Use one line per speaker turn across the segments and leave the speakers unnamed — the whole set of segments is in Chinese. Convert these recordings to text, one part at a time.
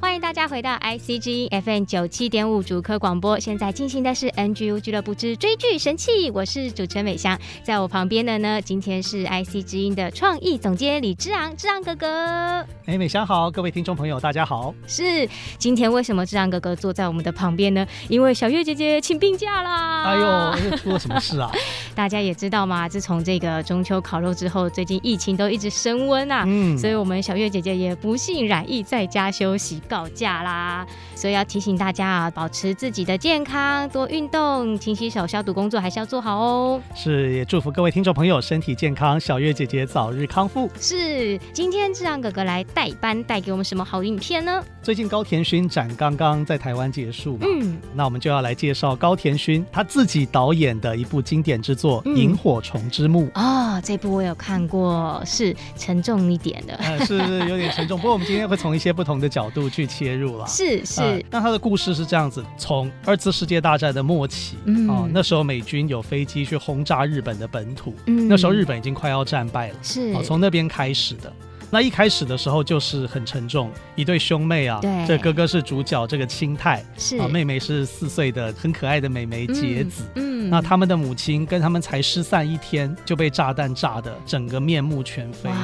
欢迎大家回到 ICG FM 九七点五主科广播，现在进行的是 NGU 俱乐部之追剧神器，我是主持人美香，在我旁边的呢，今天是 IC 之音的创意总监李志昂，志昂哥哥
哎，美香好，各位听众朋友，大家好。
是今天为什么志昂哥哥坐在我们的旁边呢？因为小月姐姐请病假啦！
哎呦，又出了什么事啊？
大家也知道嘛，自从这个中秋烤肉之后，最近疫情都一直升温 啊，
嗯，
所以我们小月姐姐也不幸染疫，在家休息告假啦。所以要提醒大家啊，保持自己的健康，多运动，勤洗手、消毒工作还是要做好哦。
是也祝福各位听众朋友身体健康，小月姐姐早日康复。
是，今天志昂哥哥来代班带给我们什么好影片呢？
最近高田勋展刚刚在台湾结束嘛，
嗯，
那我们就要来介绍高田勋他自己导演的一部经典之作《
嗯
萤火虫 之墓》。
哦，这部我有看过，是沉重一点的，
呃，是有点沉重，不过我们今天会从一些不同的角度去切入啦。
是是。
呃那他的故事是这样子：从二次世界大战的末期，
嗯
哦，那时候美军有飞机去轰炸日本的本土，
嗯
那时候日本已经快要战败了。
是
哦，从那边开始的。那一开始的时候就是很沉重，一对兄妹啊，
对
这哥哥是主角这个青太，
是
啊，妹妹是四岁的很可爱的妹妹杰子。
嗯，嗯
那他们的母亲跟他们才失散一天就被炸弹炸的整个面目全非。
哇，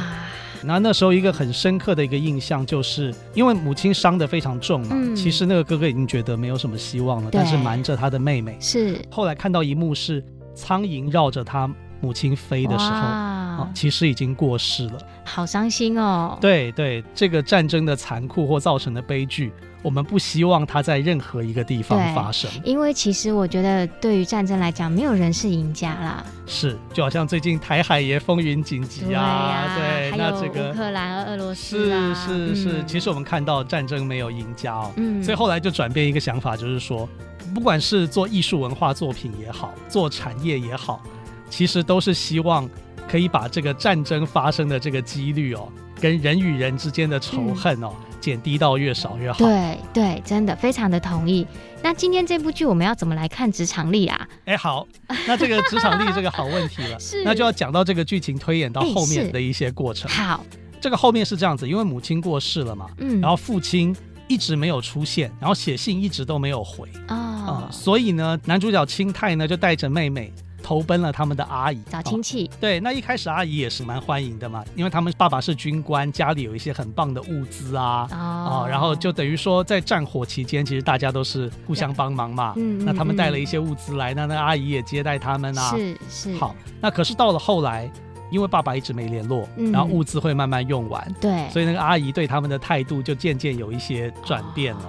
那那时候一个很深刻的一个印象就是，因为母亲伤得非常重嘛，
嗯
其实那个哥哥已经觉得没有什么希望了，
对
但是瞒着他的妹妹。
是
后来看到一幕是苍蝇绕着他母亲飞的时候，啊、
哇
其实已经过世了。
好伤心哦。
对对，这个战争的残酷或造成的悲剧，我们不希望它在任何一个地方
对
发生。
因为其实我觉得，对于战争来讲，没有人是赢家啦。
是，就好像最近台海也风云紧急啊，对，
还
那
有
这个
乌克兰、俄罗斯
是
啊，
是是，
嗯
其实我们看到战争没有赢家哦，
嗯
所以后来就转变一个想法，就是说，不管是做艺术文化作品也好，做产业也好，其实都是希望可以把这个战争发生的这个几率哦，跟人与人之间的仇
嗯
恨哦，减低到越少越好。
对对，真的非常的同意。那今天这部剧我们要怎么来看职场力啊？
哎，好，那这个职场力这个好问题 了
是，
那就要讲到这个剧情推演到
哎
后面
是
的一些过程。
好，
这个后面是这样子，因为母亲过世了嘛，
嗯，
然后父亲一直没有出现，然后写信一直都没有回啊、
哦，
所以呢，男主角青太呢就带着妹妹投奔了他们的阿姨，
找亲
哦
戚，
对，那一开始阿姨也是蛮欢迎的嘛，因为他们爸爸是军官，家里有一些很棒的物资啊，
哦
哦，然后就等于说在战火期间，其实大家都是互相帮忙嘛。
嗯嗯
那他们带了一些物资来，那那阿姨也接待他们啊。
是是，
好，那可是到了后来，因为爸爸一直没联络，
嗯
然后物资会慢慢用完，
对，
所以那个阿姨对他们的态度就渐渐有一些转变了、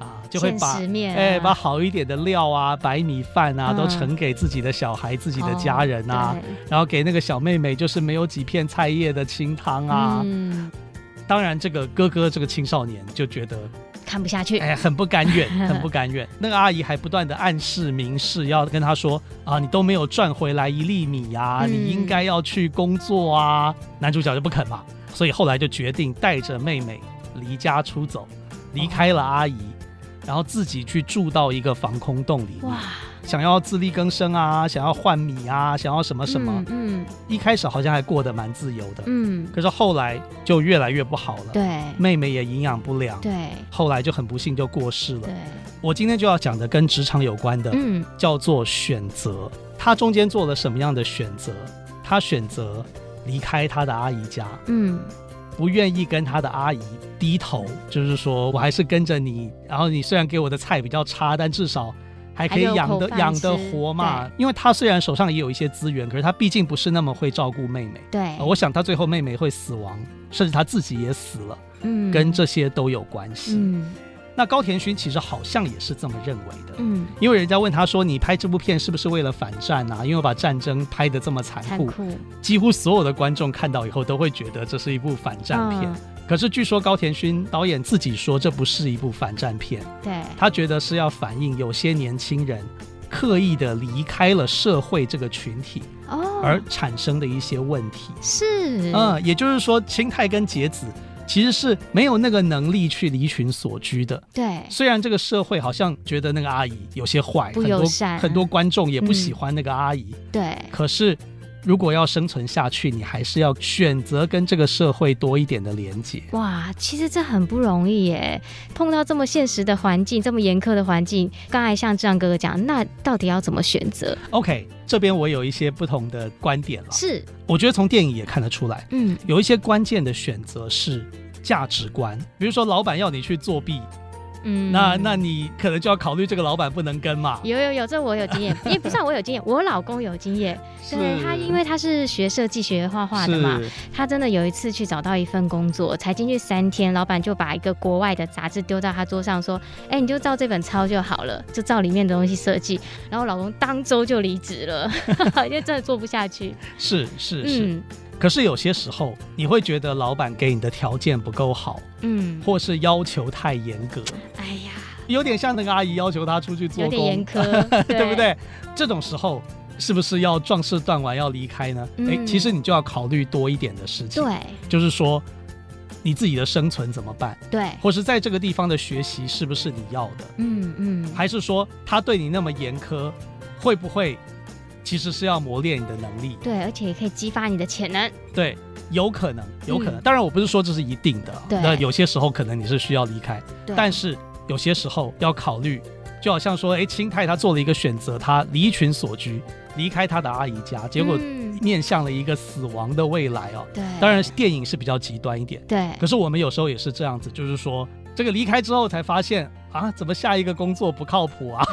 啊，就会把
现实面啊
哎、把好一点的料啊、白米饭啊、
嗯
都盛给自己的小孩、自己的家人啊，
哦
然后给那个小妹妹就是没有几片菜叶的清汤
对
啊。
嗯，
当然，这个哥哥这个青少年就觉得
看不下去，
哎很不甘 愿，很不甘愿。那个阿姨还不断的暗示、明示，要跟他说啊，你都没有赚回来一粒米呀、
嗯
你应该要去工作啊。男主角就不肯嘛，所以后来就决定带着妹妹离家出走，离开了阿姨，
哦
然后自己去住到一个防空洞里面
哇，，
想要自力更生啊，想要换米啊，想要什么什么。
嗯
一开始好像还过得蛮自由的，
嗯嗯，
可是后来就越来越不好了。
对
妹妹也营养不良，
对
后来就很不幸就过世了
对。，
我今天就要讲的跟职场有关的，
嗯
叫做选择。他中间做了什么样的选择？他选择离开他的阿姨家，
嗯，
不愿意跟他的阿姨低头，就是说我还是跟着你。然后你虽然给我的菜比较差，但至少还可以
还有
养
口
得
饭
养得
吃
活嘛。因为他虽然手上也有一些资源，可是他毕竟不是那么会照顾妹妹。
对
呃，我想他最后妹妹会死亡，甚至他自己也死了，
嗯
跟这些都有关系。
嗯
那高田勋其实好像也是这么认为的，
嗯，
因为人家问他说：“你拍这部片是不是为了反战啊？因为把战争拍得这么残
残
酷，
酷
几乎所有的观众看到以后都会觉得这是一部反战片。
嗯
可是据说高田勋导演自己说，这不是一部反战片，
对，
他觉得是要反映有些年轻人刻意的离开了社会这个群体
哦，
而产生的一些问题。
是，
嗯，也就是说，清太跟节子其实是没有那个能力去离群索居的。
对，
虽然这个社会好像觉得那个阿姨有些坏，
不
很
友
多
善嗯
很多观众也不喜欢那个阿姨，
对，
可是。如果要生存下去，你还是要选择跟这个社会多一点的连接。
哇，其实这很不容易耶，碰到这么现实的环境，这么严苛的环境，刚才像志阳哥哥讲，那到底要怎么选择？
OK，这边我有一些不同的观点了。
是，
我觉得从电影也看得出来，
嗯，
有一些关键的选择是价值观。比如说，老板要你去作弊，
嗯，
那那你可能就要考虑这个老板不能跟嘛。
有有有，这我有经验，也不算我有经验，我老公有经验。对
是
他，因为他是学设计、学画画的嘛，
是
他真的有一次去找到一份工作，才进去三天，老板就把一个国外的杂志丢到他桌上，说：“哎、你就照这本抄就好了，就照里面的东西设计。”然后我老公当周就离职了，因为真的做不下去。
是是是、
嗯
可是有些时候，你会觉得老板给你的条件不够好，
嗯，
或是要求太严格，
哎呀，
有点像那个阿姨要求他出去
有
做
点
工
严，苛，
对不？对？这种时候是不是要壮士断腕要离开呢？
嗯
诶，其实你就要考虑多一点的事情，
对
就是说你自己的生存怎么办，
对，
或是在这个地方的学习是不是你要的，
嗯嗯，
还是说他对你那么严苛，会不会其实是要磨练你的能力？
对，而且也可以激发你的潜能。
对，有可能，有可能。
嗯
当然，我不是说这是一定的，啊
对
那有些时候可能你是需要离开，
对
但是有些时候要考虑，就好像说，哎，清泰他做了一个选择，他离群所居，离开他的阿姨家，结果
嗯
面向了一个死亡的未来哦。
对，
当然，电影是比较极端一点，
对
可是我们有时候也是这样子，就是说，这个离开之后才发现啊，怎么下一个工作不靠谱 啊？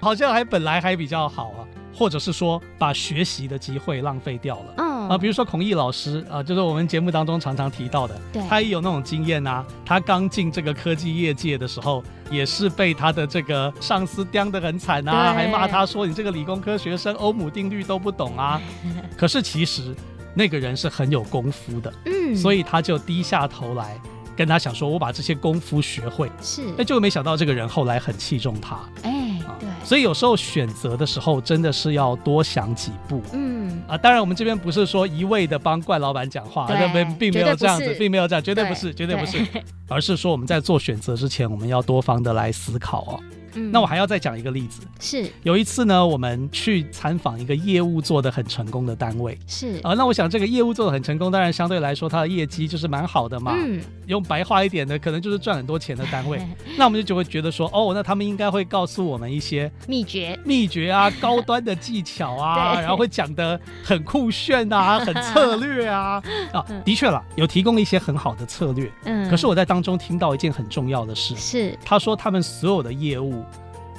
好像还本来还比较好啊，或者是说把学习的机会浪费掉了。
嗯
啊，比如说孔毅老师啊，就是我们节目当中常常提到的，
对
他也有那种经验呐、他刚进这个科技业界的时候，也是被他的这个上司刁得很惨啊，
对
还骂他说你这个理工科学生欧姆定律都不 懂啊。可是其实那个人是很有功夫的，
嗯，
所
以
以他就低下头来跟他想说，我把这些功夫学会。
是
哎，就没想到这个人后来很器重他
哎
啊
对，。
所以有时候选择的时候，真的是要多想几步。
嗯，
啊，当然，我们这边不是说一味的帮怪老板讲话，
对
这并并没有这样
绝对不，
子
是
并没有这样，绝对不是，绝对不是，而是说我们在做选择之前，我们要多方的来思考哦。
嗯
那我还要再讲一个例子，
是
有一次呢，我们去参访一个业务做得很成功的单位
是
啊，那我想这个业务做得很成功，当然相对来说它的业绩就是蛮好的嘛，
嗯，
用白话一点的，可能就是赚很多钱的单 位，那我们就就会觉得说，哦，那他们应该会告诉我们一些
秘诀
秘诀啊、高端的技巧啊，
对
然后会讲的很酷 炫啊、很策略啊啊，的确啦，有提供一些很好的策略。
嗯，
可是我在当中听到一件很重要的事，
是
他说他们所有的业务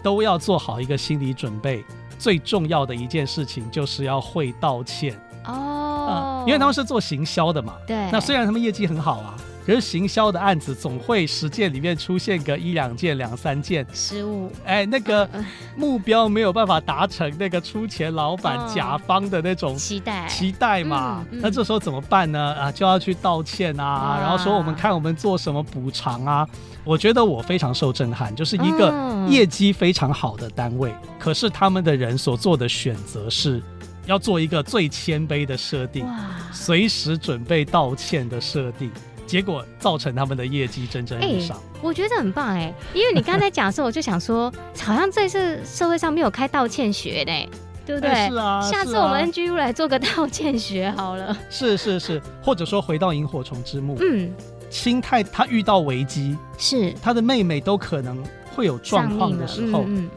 都要做好一个心理准备，最重要的一件事情就是要会道歉啊、
哦，
因为他们是做行销的嘛。
对，
那虽然他们业绩很好啊，可是行销的案子总会十件里面出现个一两件、两三件，
失误
哎，那个目标没有办法达成，那个出钱老板
嗯
甲方的那种
期待
期待嘛，
嗯嗯
那这时候怎么办呢？啊，就要去道歉啊，
哇
然后说我们看我们做什么补偿啊。我觉得我非常受震撼，就是一个
嗯
业绩非常好的单位，可是他们的人所做的选择是要做一个最谦卑的设定，
哇。
随时准备道歉的设定，结果造成他们的业绩蒸蒸
哎
日上。
我觉得很棒哎、因为你刚才讲的时候，我就想说，好像这次社会上没有开道歉学呢、对不对？
哎是啊
下次
是啊
我们 NGU 来做个道歉学好了。
是是是，或者说回到萤火虫之墓，
嗯，
心态他遇到危机，
是
他的妹妹都可能会有状况的时
上
候，
瘾了嗯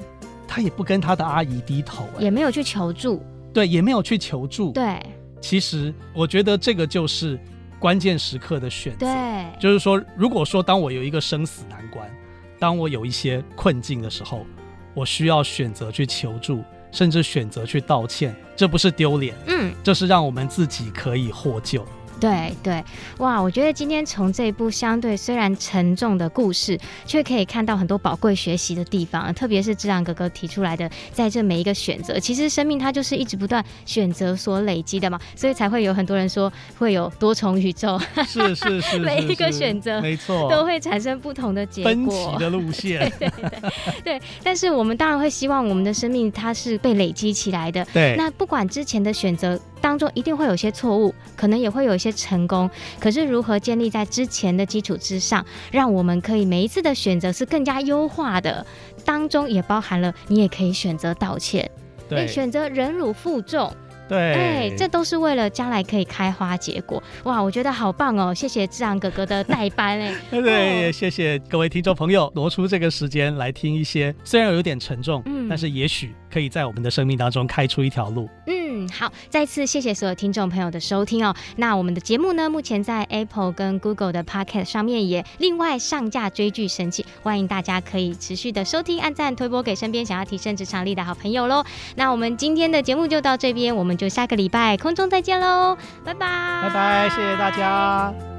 他也不跟他的阿姨低头、
嗯，
哎，
也没有去求助，
对，也没有去求助。
对
其实我觉得这个就是关键时刻的选择，
对，
就是说，如果说当我有一个生死难关，当我有一些困境的时候，我需要选择去求助，甚至选择去道歉，这不是丢脸，
嗯，
这是让我们自己可以获救。
对对，哇！我觉得今天从这部相对虽然沉重的故事，却可以看到很多宝贵学习的地方，特别是志朗哥哥提出来的，在这每一个选择，其实生命它就是一直不断选择所累积的嘛，所以才会有很多人说会有多重宇宙，
是是是，
每
是
一个
是
选择
没 错，
都会产生不同的结
分歧
果。
的路线，
对，但是我们当然会希望我们的生命它是被累积起来的，
对，
那不管之前的选择当中，一定会有些错误，可能也会有一些成功。可是如何建立在之前的基础之上，让我们可以每一次的选择是更加优化的，当中也包含了你也可以选择道歉，
对
诶选择忍辱负重，
对，
哎，这都是为了将来可以开花结果。哇，我觉得好棒哦！谢谢志昂哥哥的代班，哎，
对，谢谢各位听众朋友挪出这个时间来听一些，虽然有点沉重，
嗯
但是也许可以在我们的生命当中开出一条路。
嗯，好，再次谢谢所有听众朋友的收听哦。那我们的节目呢，目前在 Apple 跟 Google 的 Podcast 上面也另外上架追剧神器，欢迎大家可以持续的收听、按赞、推播给身边想要提升职场力的好朋友喽。那我们今天的节目就到这边，我们就下个礼拜空中再见喽，拜拜，
拜拜，谢谢大。家。